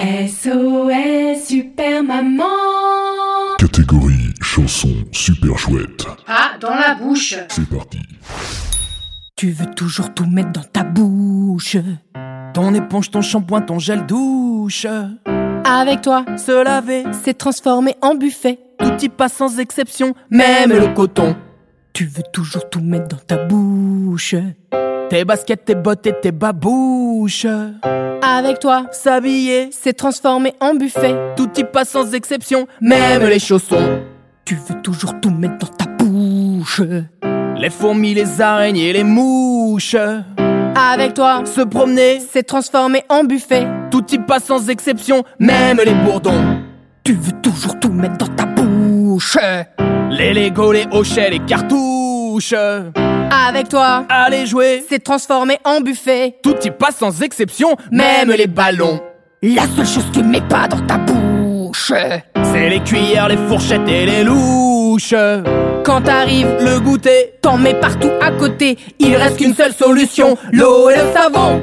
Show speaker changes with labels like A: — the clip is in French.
A: SOS Super Maman
B: Catégorie chanson super chouette.
A: Ah, dans la bouche
B: C'est parti.
C: Tu veux toujours tout mettre dans ta bouche. Ton éponge, ton shampoing, ton gel douche.
D: Ah, Avec toi,
C: Se laver,
D: c'est transformé en buffet.
C: tout y passe sans exception, même le coton. Tu veux toujours tout mettre dans ta bouche. Tes baskets, tes bottes et tes babouches.
D: Ah, Avec toi,
C: S'habiller,
D: c'est transformé en buffet.
C: tout y passe sans exception, même les chaussons. Tu veux toujours tout mettre dans ta bouche. Les fourmis, les araignées, les mouches.
D: Ah, Avec toi,
C: Se promener,
D: c'est transformé en buffet.
C: Tout y passe sans exception, même les bourdons. Tu veux toujours tout mettre dans ta bouche. Les Lego, les hochets, les cartouches.
D: Ah, Avec toi,
C: Allez jouer,
D: c'est transformé en buffet.
C: tout y passe sans exception, même les ballons.
D: La seule chose que mets pas dans ta bouche,
C: C'est les cuillères, les fourchettes et les louches.
D: quand t'arrives,
C: Le goûter,
D: t'en mets partout à côté. Il reste qu'une seule solution, l'eau et le savon.